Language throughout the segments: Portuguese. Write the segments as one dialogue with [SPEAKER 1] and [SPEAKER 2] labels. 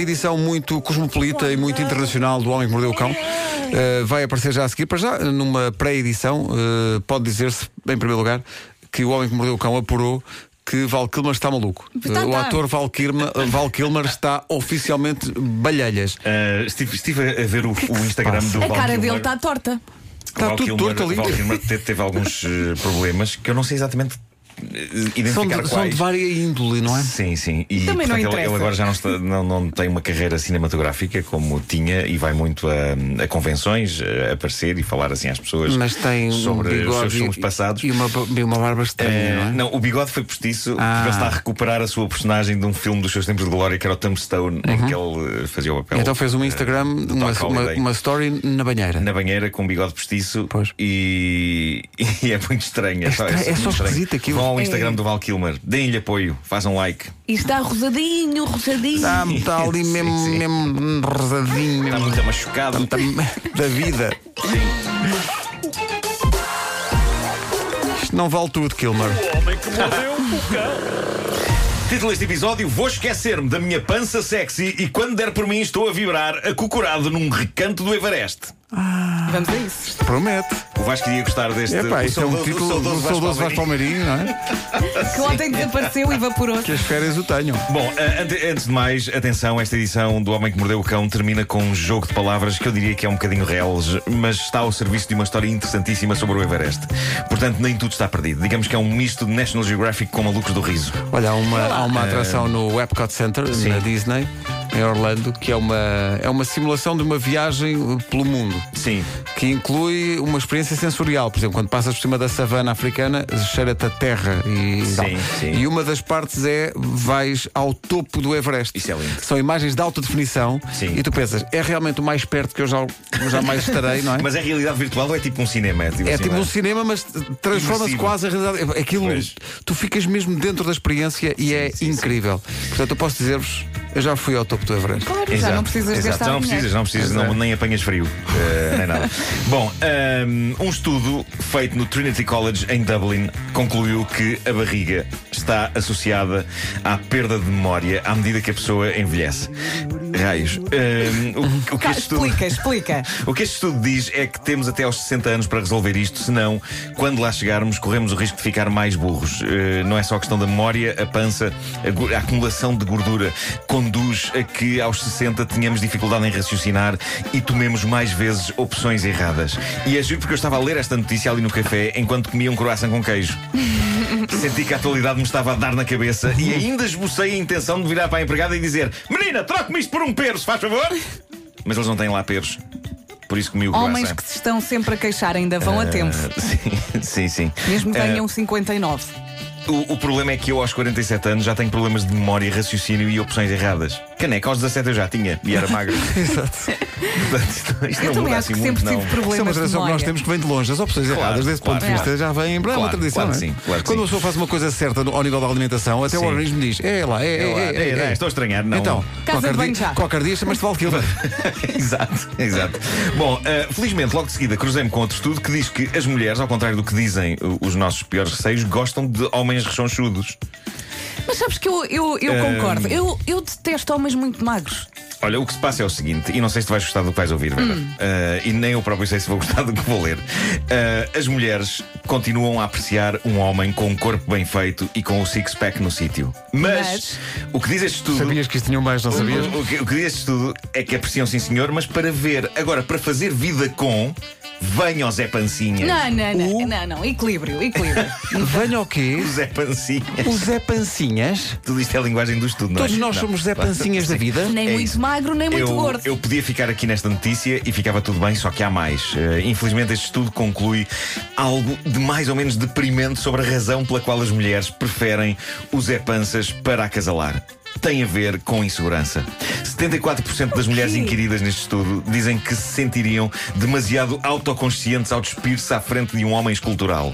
[SPEAKER 1] edição muito cosmopolita e muito internacional do Homem que Mordeu o Cão. Uh, vai aparecer já a seguir, para já, numa pré-edição, uh, pode dizer-se, em primeiro lugar, que o Homem que Mordeu o Cão apurou que Val Kilmer está maluco.
[SPEAKER 2] Está,
[SPEAKER 1] Uh, o
[SPEAKER 2] está.
[SPEAKER 1] ator Val Kilmer, Val Kilmer está oficialmente balhelhas.
[SPEAKER 3] Uh, estive, estive a ver o, o
[SPEAKER 1] é se
[SPEAKER 3] Instagram
[SPEAKER 1] passa?
[SPEAKER 3] do
[SPEAKER 2] A
[SPEAKER 3] Val
[SPEAKER 2] cara
[SPEAKER 3] Kilmer.
[SPEAKER 2] dele está torta.
[SPEAKER 1] Está
[SPEAKER 3] Val
[SPEAKER 1] tudo
[SPEAKER 3] Kilmer-
[SPEAKER 1] tá torto ali.
[SPEAKER 3] Val Kilmer te- teve, alguns eh, problemas que eu não sei exatamente eh, identificar
[SPEAKER 1] São de,
[SPEAKER 3] quais.
[SPEAKER 1] são de vária índole, não é?
[SPEAKER 3] Sim, sim. E
[SPEAKER 2] Também não
[SPEAKER 3] portanto, ele,
[SPEAKER 2] interessa.
[SPEAKER 3] ele agora já não, está- não- não tem uma carreira cinematográfica como tinha e vai muito a, a convenções, eh, a aparecer e falar assim às pessoas
[SPEAKER 1] Mas tem um
[SPEAKER 3] sobre os seus
[SPEAKER 1] bigode
[SPEAKER 3] filmes
[SPEAKER 1] e-
[SPEAKER 3] passados.
[SPEAKER 1] e uma, e uma barba
[SPEAKER 3] Eh,
[SPEAKER 1] estranha, não é?
[SPEAKER 3] não, o bigode foi postiço
[SPEAKER 1] Ah.
[SPEAKER 3] porque ele está a recuperar a sua personagem de um filme dos seus tempos de glória, que era o Tombstone, em que ele eh, fazia o papel.
[SPEAKER 1] Uhum. Então fez um
[SPEAKER 3] eh,
[SPEAKER 1] Instagram,
[SPEAKER 3] do
[SPEAKER 1] uma,
[SPEAKER 3] Doc
[SPEAKER 1] uma,
[SPEAKER 3] Holliday.
[SPEAKER 1] uma story na banheira.
[SPEAKER 3] na banheira com um bigode postiço
[SPEAKER 1] Pois.
[SPEAKER 3] E, e é muito estranho.
[SPEAKER 1] É estra- é
[SPEAKER 3] muito
[SPEAKER 1] só
[SPEAKER 3] estranho.
[SPEAKER 1] esquisito aquilo.
[SPEAKER 3] Vão ao
[SPEAKER 2] É.
[SPEAKER 3] Instagram do Val Kilmer, deem-lhe apoio, façam like.
[SPEAKER 2] E está rosadinho, rosadinho.
[SPEAKER 1] Está tá ali
[SPEAKER 3] Sim,
[SPEAKER 1] mesmo,
[SPEAKER 3] sim. Tá
[SPEAKER 1] mesmo rosadinho,
[SPEAKER 3] Está
[SPEAKER 1] mesmo
[SPEAKER 3] muito machucado.
[SPEAKER 1] da, da vida. Isto não vale tudo, Kilmer.
[SPEAKER 3] Título deste episódio: Vou esquecer-me da minha pança sexy e quando der por mim estou a vibrar acocorado num recanto do Everest.
[SPEAKER 2] Vamos a isso.
[SPEAKER 1] Promete.
[SPEAKER 3] O Vasco iria gostar deste.
[SPEAKER 1] É pá,
[SPEAKER 3] o
[SPEAKER 1] isto é um
[SPEAKER 3] saudoso-
[SPEAKER 1] título
[SPEAKER 3] saudoso
[SPEAKER 1] do
[SPEAKER 3] Vasco
[SPEAKER 1] saudoso Vasco
[SPEAKER 3] Palmeirinho.
[SPEAKER 1] Palmeirinho, não é?
[SPEAKER 2] Que ontem desapareceu e evaporou.
[SPEAKER 1] Que as férias o tenham.
[SPEAKER 3] Bom, ah, ante- antes de mais, atenção, esta edição do Homem que Mordeu o Cão termina com um jogo de palavras que eu diria que é um bocadinho reles, mas está ao serviço de uma história interessantíssima sobre o Everest. Portanto, nem tudo está perdido. Digamos que é um misto de National Geographic com malucos do riso.
[SPEAKER 1] Olha, há uma, há uma atração no Epcot Center, na Disney, em Orlando, que é uma, é uma simulação de uma viagem pelo mundo.
[SPEAKER 3] Sim.
[SPEAKER 1] que inclui uma experiência sensorial. Por exemplo, quando passas por cima da savana africana, cheira-te a terra e
[SPEAKER 3] Sim,
[SPEAKER 1] tal.
[SPEAKER 3] sim.
[SPEAKER 1] E uma das partes é vais ao topo do Everest.
[SPEAKER 3] Isso é lindo.
[SPEAKER 1] São imagens de alta definição
[SPEAKER 3] Sim.
[SPEAKER 1] e tu pensas, é realmente o mais perto que eu já, eu já mais estarei, não é?
[SPEAKER 3] Mas é realidade virtual ou é tipo um cinema?
[SPEAKER 1] é
[SPEAKER 3] assim,
[SPEAKER 1] tipo
[SPEAKER 3] não
[SPEAKER 1] um cinema, mas transforma-se
[SPEAKER 3] Imersivo.
[SPEAKER 1] quase a realidade. Aquilo,
[SPEAKER 3] Pois.
[SPEAKER 1] tu ficas mesmo dentro da experiência e é
[SPEAKER 3] sim,
[SPEAKER 1] incrível. Portanto, eu posso dizer-vos, eu já fui ao topo do Everest.
[SPEAKER 2] Claro, já
[SPEAKER 3] Exato,
[SPEAKER 2] não precisas
[SPEAKER 3] exato.
[SPEAKER 2] gastar
[SPEAKER 3] Já não
[SPEAKER 2] dinheiro. é.
[SPEAKER 3] precisas, não precisas, não, nem apanhas frio. eh, nem nada. Bom, ahm, um estudo feito no Trinity College em Dublin concluiu que a barriga está associada à perda de memória à medida que a pessoa envelhece. Raios. Ahm, o, o que
[SPEAKER 2] Cá,
[SPEAKER 3] este estudo...
[SPEAKER 2] Explica, explica.
[SPEAKER 3] O que este estudo diz é que temos até aos 60 anos para resolver isto, senão, quando lá chegarmos, corremos o risco de ficar mais burros. Eh, não é só a questão da memória, a pança, a, gu- a acumulação de gordura conduz a que aos 60 tenhamos dificuldade em raciocinar e tomemos mais vezes opções erradas. E é giro porque eu estava a ler esta notícia ali no café enquanto comia um croissant com queijo. Senti que a atualidade me estava a dar na cabeça e ainda esbocei a intenção de virar para a empregada e dizer: Menina, troque-me isto por um perro, se faz favor. Mas eles não têm lá peros. Por isso comi o
[SPEAKER 2] Homens
[SPEAKER 3] croissant.
[SPEAKER 2] que se estão sempre a queixar ainda vão
[SPEAKER 3] Eh,
[SPEAKER 2] a tempo.
[SPEAKER 3] Ah, sim, sim, sim.
[SPEAKER 2] Mesmo que
[SPEAKER 3] Ah,
[SPEAKER 2] tenham 59.
[SPEAKER 3] o, o problema é que eu, aos 47 anos, já tenho problemas de memória, raciocínio e opções erradas. Caneca, aos 17 eu já tinha e era magro.
[SPEAKER 1] Exato.
[SPEAKER 3] Portanto, isto, isto
[SPEAKER 2] Eu
[SPEAKER 3] não
[SPEAKER 2] também
[SPEAKER 3] muda
[SPEAKER 2] acho
[SPEAKER 3] assim
[SPEAKER 2] que
[SPEAKER 3] muito,
[SPEAKER 2] sempre
[SPEAKER 3] não.
[SPEAKER 1] Isso
[SPEAKER 2] tive
[SPEAKER 1] é uma
[SPEAKER 2] problemas
[SPEAKER 1] tradição
[SPEAKER 2] de
[SPEAKER 1] que nós
[SPEAKER 2] memória.
[SPEAKER 1] temos que vem de longe. As opções
[SPEAKER 3] Claro,
[SPEAKER 1] erradas, desse
[SPEAKER 3] claro,
[SPEAKER 1] ponto de vista,
[SPEAKER 3] claro.
[SPEAKER 1] já vem. É uma
[SPEAKER 3] Claro,
[SPEAKER 1] tradição.
[SPEAKER 3] claro
[SPEAKER 1] não é?
[SPEAKER 3] que sim, claro que
[SPEAKER 1] Quando
[SPEAKER 3] sim.
[SPEAKER 1] a pessoa faz uma coisa certa no- ao nível da alimentação, até
[SPEAKER 3] Sim.
[SPEAKER 1] o organismo diz: é lá, é, é,
[SPEAKER 3] lá,
[SPEAKER 1] é,
[SPEAKER 3] é, é, estou a estranhar, não.
[SPEAKER 1] Então,
[SPEAKER 2] Casa
[SPEAKER 1] qualquer
[SPEAKER 2] de banho
[SPEAKER 1] dia,
[SPEAKER 2] já.
[SPEAKER 1] qualquer dia chama-se Val Kilmer.
[SPEAKER 3] exato, exato. Bom, eh, felizmente, logo de seguida, cruzei-me com outro estudo que diz que as mulheres, ao contrário do que dizem o- os nossos piores receios, gostam de homens rechonchudos.
[SPEAKER 2] Mas sabes que eu, eu, eu concordo. Eu, eu detesto homens muito magros.
[SPEAKER 3] Olha, o que se passa é o seguinte, e não sei se tu vais gostar do que vais ouvir, Vera, Eh, e nem eu próprio sei se vou gostar do que vou ler. Eh, as mulheres continuam a apreciar um homem com um corpo bem feito e com o six-pack no sítio. Mas,
[SPEAKER 2] Mas-
[SPEAKER 3] o que diz este estudo.
[SPEAKER 1] Sabias que isto tinha mais, não sabias?
[SPEAKER 3] O, o que, o que diz este estudo é que apreciam sim, senhor, mas para ver. Agora, para fazer vida com, venha o Zé Pancinha.
[SPEAKER 2] Não, não, não. Não, não. Equilíbrio, equilíbrio.
[SPEAKER 1] Venha o quê?
[SPEAKER 3] O Zé Pancinha.
[SPEAKER 1] O Zé Pancinhas?
[SPEAKER 3] Tudo isto é a linguagem do estudo, não é?
[SPEAKER 1] Todos nós
[SPEAKER 3] Não.
[SPEAKER 1] somos Zé Pancinhas da vida?
[SPEAKER 2] nem
[SPEAKER 3] É
[SPEAKER 2] muito
[SPEAKER 3] isso.
[SPEAKER 2] magro, nem muito
[SPEAKER 3] eu,
[SPEAKER 2] gordo.
[SPEAKER 3] eu podia ficar aqui nesta notícia e ficava tudo bem, só que há mais. Eh, infelizmente, este estudo conclui algo de mais ou menos deprimente sobre a razão pela qual as mulheres preferem os panças para acasalar. Tem a ver com insegurança. 74% das mulheres inquiridas neste estudo dizem que se sentiriam demasiado autoconscientes ao despir-se à frente de um homem escultural.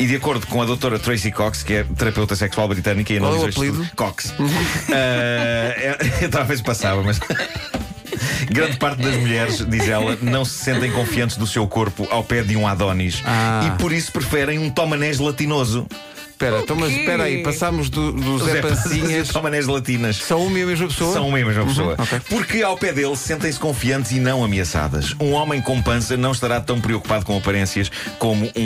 [SPEAKER 3] E de acordo com a doutora Tracy Cox, que é terapeuta sexual britânica e
[SPEAKER 1] Qual é o
[SPEAKER 3] analisou este
[SPEAKER 1] apelido?
[SPEAKER 3] estudo, Cox. Eh, eu- eu talvez passava, mas. Grande parte das mulheres, diz ela, não se sentem confiantes do seu corpo ao pé de um Adonis
[SPEAKER 1] Ah.
[SPEAKER 3] e por isso preferem um tomanés latinoso.
[SPEAKER 1] espera,
[SPEAKER 2] O
[SPEAKER 1] então, mas
[SPEAKER 2] quê?
[SPEAKER 1] espera aí, passámos do, do
[SPEAKER 3] Zé
[SPEAKER 1] Zé
[SPEAKER 3] Pancinhas
[SPEAKER 1] Pancinhas.
[SPEAKER 3] e Tomanés Latinas.
[SPEAKER 1] São uma e a mesma pessoa? Uhum,
[SPEAKER 3] São a mesma pessoa.
[SPEAKER 1] ok.
[SPEAKER 3] Porque ao pé dele sentem-se confiantes e não ameaçadas. Um homem com pança não estará tão preocupado com aparências como um,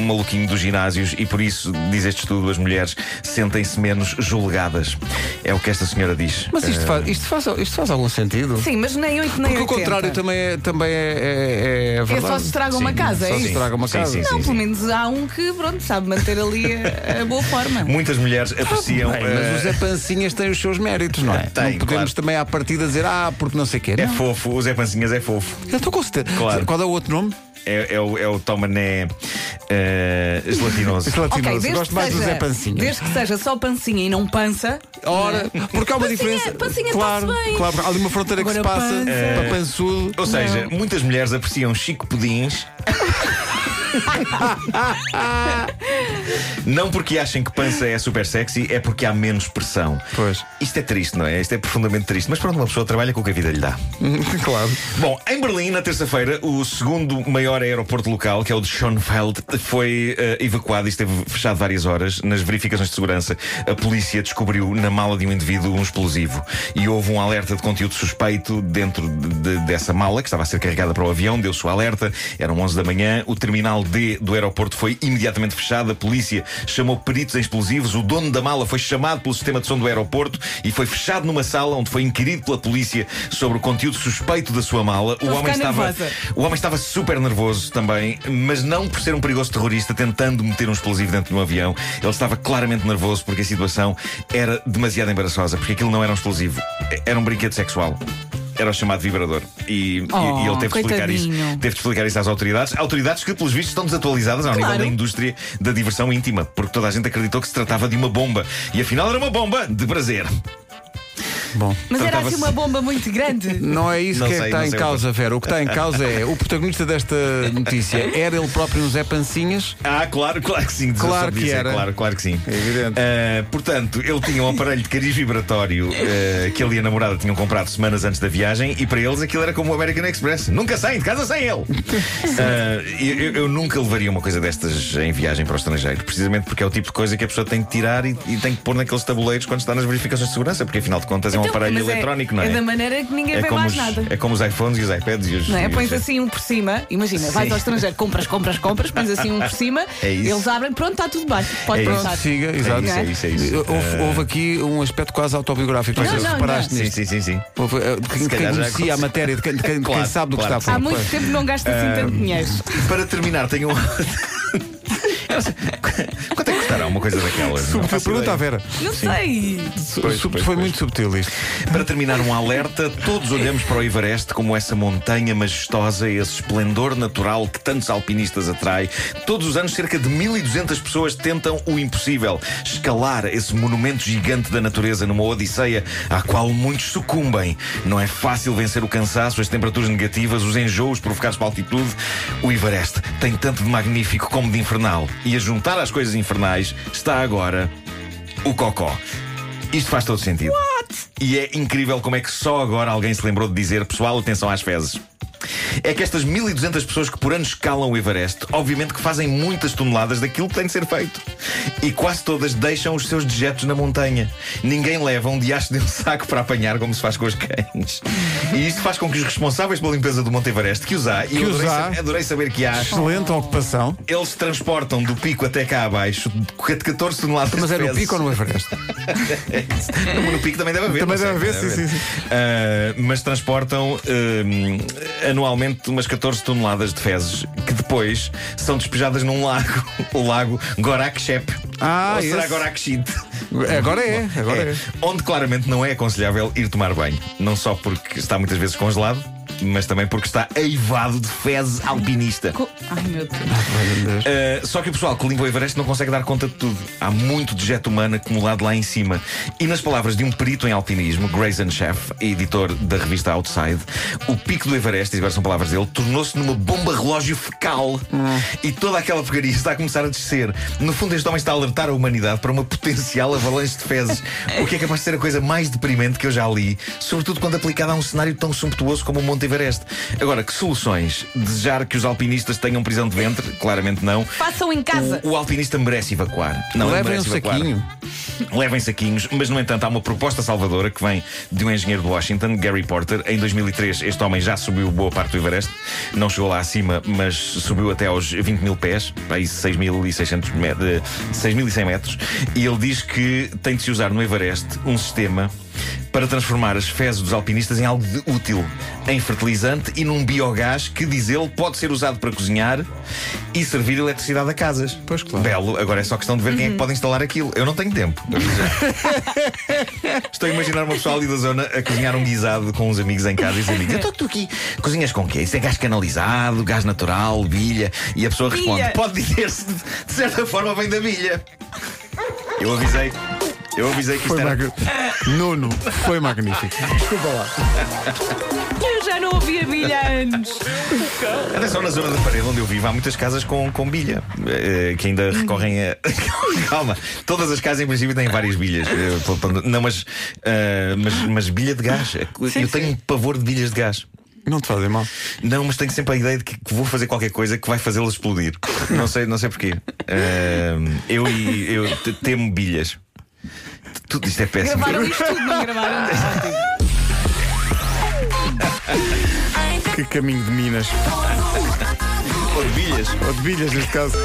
[SPEAKER 3] um maluquinho dos ginásios e por isso, diz este estudo, as mulheres sentem-se menos julgadas. É o que esta senhora diz.
[SPEAKER 1] Mas isto faz, isto, faz, isto faz algum sentido?
[SPEAKER 2] Sim, mas nem 8 nem
[SPEAKER 1] Porque o
[SPEAKER 2] 80.
[SPEAKER 1] contrário também é, também é, é, é
[SPEAKER 2] É
[SPEAKER 1] verdade.
[SPEAKER 2] só se estraga
[SPEAKER 3] Sim,
[SPEAKER 2] uma casa,
[SPEAKER 1] só
[SPEAKER 2] é
[SPEAKER 1] se
[SPEAKER 2] isso?
[SPEAKER 1] estraga uma
[SPEAKER 3] Sim,
[SPEAKER 1] casa.
[SPEAKER 3] sim, sim.
[SPEAKER 2] Não, pelo menos há um que, pronto, sabe manter ali a, a boa forma.
[SPEAKER 3] Muitas mulheres apreciam.
[SPEAKER 1] Bem, mas
[SPEAKER 3] eh,
[SPEAKER 1] o Zé Pancinhas tem os seus méritos, não é?
[SPEAKER 3] Tem,
[SPEAKER 1] não podemos
[SPEAKER 3] claro.
[SPEAKER 1] também à partida dizer, ah, porque não sei o quê.
[SPEAKER 3] é
[SPEAKER 1] não.
[SPEAKER 3] fofo, o Zé Pancinhas é fofo.
[SPEAKER 1] Eu estou com certeza.
[SPEAKER 3] Claro.
[SPEAKER 1] Qual é o outro nome?
[SPEAKER 3] É, é o, é o Tomané eh, gelatinoso.
[SPEAKER 1] Gelatinoso.
[SPEAKER 2] desde
[SPEAKER 1] Gosto
[SPEAKER 2] que
[SPEAKER 1] mais do
[SPEAKER 2] seja-
[SPEAKER 1] Zé Pancinhas.
[SPEAKER 2] Desde que seja só pancinha e não pança.
[SPEAKER 1] Ora, porque há uma
[SPEAKER 2] Pancinha-
[SPEAKER 1] diferença.
[SPEAKER 2] pancinha
[SPEAKER 1] claro,
[SPEAKER 2] está-se bem.
[SPEAKER 1] claro, há ali uma fronteira que
[SPEAKER 2] Agora
[SPEAKER 1] se passa
[SPEAKER 2] pança.
[SPEAKER 1] para
[SPEAKER 3] É.
[SPEAKER 1] pançudo.
[SPEAKER 3] Ou seja, muitas mulheres apreciam Chico Pudins. Não porque achem que pança é super sexy, é porque há menos pressão.
[SPEAKER 1] Pois.
[SPEAKER 3] Isto é triste, não é? Isto é profundamente triste. Mas pronto, uma pessoa trabalha com o que a vida lhe dá.
[SPEAKER 1] claro.
[SPEAKER 3] Bom, em Berlim, na terça-feira, o segundo maior aeroporto local, que é o de Schoenfeld, foi eh, evacuado e esteve fechado várias horas. Nas verificações de segurança, a polícia descobriu na mala de um indivíduo um explosivo. E houve um alerta de conteúdo suspeito dentro de- de- dessa mala, que estava a ser carregada para o avião. Deu-se o alerta, eram 11 da manhã. O terminal D do aeroporto foi imediatamente fechado. A polícia chamou peritos em explosivos. O dono da mala foi chamado pelo sistema de som do aeroporto e foi fechado numa sala onde foi inquirido pela polícia sobre o conteúdo suspeito da sua mala. O
[SPEAKER 2] Estou a
[SPEAKER 3] homem,
[SPEAKER 2] ficar
[SPEAKER 3] estava,
[SPEAKER 2] nervosa.
[SPEAKER 3] o homem estava super nervoso também, mas não por ser um perigoso terrorista tentando meter um explosivo dentro de um avião. Ele estava claramente nervoso porque a situação era demasiado embaraçosa, porque aquilo não era um explosivo, era um brinquedo sexual. Era o chamado vibrador. E, e-
[SPEAKER 2] Oh,
[SPEAKER 3] e ele teve de explicar isso.
[SPEAKER 2] coitadinho.
[SPEAKER 3] Teve de explicar isso às autoridades. Autoridades que, pelos vistos, estão desatualizadas ao nível
[SPEAKER 2] Claro.
[SPEAKER 3] da indústria da diversão íntima, porque toda a gente acreditou que se tratava de uma bomba. E afinal era uma bomba de prazer.
[SPEAKER 1] Bom.
[SPEAKER 2] Mas era assim
[SPEAKER 3] Tratava-se-
[SPEAKER 2] uma bomba muito grande.
[SPEAKER 1] Não é isso
[SPEAKER 3] Não um
[SPEAKER 1] que, é
[SPEAKER 3] sei,
[SPEAKER 1] que está
[SPEAKER 3] não
[SPEAKER 1] em
[SPEAKER 3] sei o
[SPEAKER 1] causa, Vera. O que está em causa é o protagonista desta notícia era ele próprio no Zé Pancinhas.
[SPEAKER 3] Ah, claro, claro que sim.
[SPEAKER 1] Claro
[SPEAKER 3] Eu só
[SPEAKER 1] que
[SPEAKER 3] podia dizer,
[SPEAKER 1] era.
[SPEAKER 3] Claro, claro que sim.
[SPEAKER 1] É evidente.
[SPEAKER 3] Ah, portanto, ele tinha um aparelho de cariz vibratório ah, que ele e a namorada tinham comprado semanas antes da viagem e para eles aquilo era como o American Express. Nunca saem de casa sem ele. Ah, eu, eu- eu nunca levaria uma coisa destas em viagem para o estrangeiro, precisamente porque é o tipo de coisa que a pessoa tem que tirar e, e tem que pôr naqueles tabuleiros quando está nas verificações de segurança, porque afinal de contas é um
[SPEAKER 2] Então,
[SPEAKER 3] aparelho
[SPEAKER 2] mas
[SPEAKER 3] eletrónico, não é?
[SPEAKER 2] É da maneira que ninguém
[SPEAKER 3] É
[SPEAKER 2] vê
[SPEAKER 3] como,
[SPEAKER 2] mais
[SPEAKER 3] os,
[SPEAKER 2] nada.
[SPEAKER 3] é como os iPhones e os iPads e os.
[SPEAKER 2] Não
[SPEAKER 3] e
[SPEAKER 2] é?
[SPEAKER 3] os-
[SPEAKER 2] Pões assim um por cima, imagina, vais ao estrangeiro, compras, compras, compras, pões assim um por cima,
[SPEAKER 3] É isso.
[SPEAKER 2] eles abrem, pronto, está tudo bem, pode
[SPEAKER 3] É isso.
[SPEAKER 2] passar.
[SPEAKER 1] Siga,
[SPEAKER 3] É
[SPEAKER 1] exato.
[SPEAKER 3] isso, é isso, é isso.
[SPEAKER 1] Houve, houve aqui um aspecto quase autobiográfico.
[SPEAKER 2] Não,
[SPEAKER 1] sei se
[SPEAKER 2] não,
[SPEAKER 1] reparaste
[SPEAKER 2] não.
[SPEAKER 1] nisto.
[SPEAKER 3] Sim, sim, sim, sim.
[SPEAKER 1] Pô, foi, eh, de Quem, de quem
[SPEAKER 3] calhar já
[SPEAKER 1] conhecia a
[SPEAKER 3] aconteceu.
[SPEAKER 1] matéria, de quem, de quem- de quem
[SPEAKER 3] Claro,
[SPEAKER 1] sabe do que
[SPEAKER 3] claro.
[SPEAKER 1] está a
[SPEAKER 2] Há
[SPEAKER 1] falar.
[SPEAKER 2] muito tempo não gasta assim
[SPEAKER 3] Ah,
[SPEAKER 2] tanto dinheiro.
[SPEAKER 3] E para terminar, tenho um. Eu sei- É, Quanto é que custará uma coisa daquelas? Não
[SPEAKER 1] Subtil,
[SPEAKER 3] faço
[SPEAKER 1] pergunta à
[SPEAKER 3] ideia.
[SPEAKER 1] Vera.
[SPEAKER 2] Não sei.
[SPEAKER 1] Su-
[SPEAKER 3] Pois,
[SPEAKER 1] sub-
[SPEAKER 3] pois,
[SPEAKER 1] foi
[SPEAKER 3] pois.
[SPEAKER 1] muito subtil isto.
[SPEAKER 3] Para terminar, um alerta: todos olhamos para o Everest como essa montanha majestosa, esse esplendor natural que tantos alpinistas atrai. Todos os anos, cerca de 1200 pessoas tentam o impossível: escalar esse monumento gigante da natureza numa odisseia à qual muitos sucumbem. Não é fácil vencer o cansaço, as temperaturas negativas, os enjoos provocados pela altitude. O Everest tem tanto de magnífico como de infernal. E a juntar às coisas infernais está agora o cocó. Isto faz todo sentido. E é incrível como é que só agora alguém se lembrou de dizer, pessoal, atenção às fezes. É que estas 1200 pessoas que por ano escalam o Everest, obviamente que fazem muitas toneladas daquilo que tem de ser feito. E quase todas deixam os seus dejetos na montanha. Ninguém leva um diacho de um saco para apanhar, como se faz com os cães. E isto faz com que os responsáveis pela limpeza do Monte Everest, que os há, e
[SPEAKER 1] Que
[SPEAKER 3] eu
[SPEAKER 1] os
[SPEAKER 3] adorei,
[SPEAKER 1] há.
[SPEAKER 3] saber, adorei saber que há,
[SPEAKER 1] Excelente ocupação.
[SPEAKER 3] eles transportam do pico até cá abaixo 14 toneladas
[SPEAKER 1] Mas
[SPEAKER 3] de
[SPEAKER 1] era no
[SPEAKER 3] fezes.
[SPEAKER 1] pico ou no Everest?
[SPEAKER 3] No pico também deve haver.
[SPEAKER 1] Também
[SPEAKER 3] não sei,
[SPEAKER 1] deve haver, sim, sim,
[SPEAKER 3] Ah, mas transportam ah, anualmente umas 14 toneladas de fezes que depois são despejadas num lago, o lago Gorakshep.
[SPEAKER 1] Ah,
[SPEAKER 3] Ou será
[SPEAKER 1] esse.
[SPEAKER 3] Gorakshit?
[SPEAKER 1] Agora é, agora
[SPEAKER 3] É,
[SPEAKER 1] é.
[SPEAKER 3] Onde claramente não é aconselhável ir tomar banho. Não só porque está muitas vezes congelado, mas também porque está aivado de fezes alpinista.
[SPEAKER 2] Co- Ai meu Deus.
[SPEAKER 1] é.
[SPEAKER 3] Uh, só que o pessoal que limpa o Everest não consegue dar conta de tudo. Há muito dejeto humano acumulado lá em cima. E nas palavras de um perito em alpinismo, Grayson Sheff, editor da revista Outside, o pico do Everest, e agora são palavras dele, tornou-se numa bomba relógio fecal. E toda aquela porcaria está a começar a descer. No fundo, este homem está a alertar a humanidade para uma potencial avalanche de fezes. o que é capaz de ser a coisa mais deprimente que eu já li, sobretudo quando aplicada a um cenário tão sumptuoso como o Monte Everest. Agora, que soluções? Desejar que os alpinistas tenham prisão de ventre? Claramente não.
[SPEAKER 2] Façam em casa.
[SPEAKER 3] O, o alpinista merece evacuar. Não, é
[SPEAKER 1] Levem
[SPEAKER 3] ele
[SPEAKER 1] um
[SPEAKER 3] merece evacuar.
[SPEAKER 1] saquinho.
[SPEAKER 3] Levem saquinhos, mas no entanto há uma proposta salvadora que vem de um engenheiro de Washington, Gary Porter. Em 2003, este homem já subiu boa parte do Everest. Não chegou lá acima, mas subiu até aos 20 mil pés, para aí 6.600 met- eh, 6.100 metros. E ele diz que tem de se usar no Everest um sistema para transformar as fezes dos alpinistas em algo de útil, em fertilizante e num biogás que, diz ele, pode ser usado para cozinhar e servir eletricidade a casas.
[SPEAKER 1] Pois, claro.
[SPEAKER 3] Belo, agora é só questão de ver quem é que pode instalar aquilo. Eu não tenho tempo. Estou a imaginar uma pessoa ali da zona a cozinhar um guisado com uns amigos em casa e os amigos. Então tu aqui cozinhas com o quê? Isso é gás canalizado, gás natural, bilha. E a pessoa responde:
[SPEAKER 2] Bilha.
[SPEAKER 3] pode dizer-se, de de certa forma, vem da bilha. Eu avisei. Eu avisei que isto
[SPEAKER 1] Foi
[SPEAKER 3] era.
[SPEAKER 1] magnífico. Nuno, foi magnífico. Desculpa lá.
[SPEAKER 2] Eu já não ouvi a milha há anos.
[SPEAKER 3] Atenção, na zona da parede onde eu vivo há muitas casas com, com bilha eh, que ainda recorrem a. Calma, todas as casas em princípio têm várias bilhas. eh, pelo- pelo- Não, mas, eh, mas, mas bilha de gás. Eu tenho um pavor de bilhas de gás.
[SPEAKER 1] Não te fazem mal.
[SPEAKER 3] Não, mas tenho sempre a ideia de que, que vou fazer qualquer coisa que vai fazê-las explodir. Não sei, não sei porquê. Ahm, eu e eu te- temo bilhas. T- Tudo isto é péssimo.
[SPEAKER 2] Gravaram isto tudo, não gravaram?
[SPEAKER 1] Que caminho de Minas.
[SPEAKER 3] Bilhas.
[SPEAKER 1] Ou de bilhas, neste caso.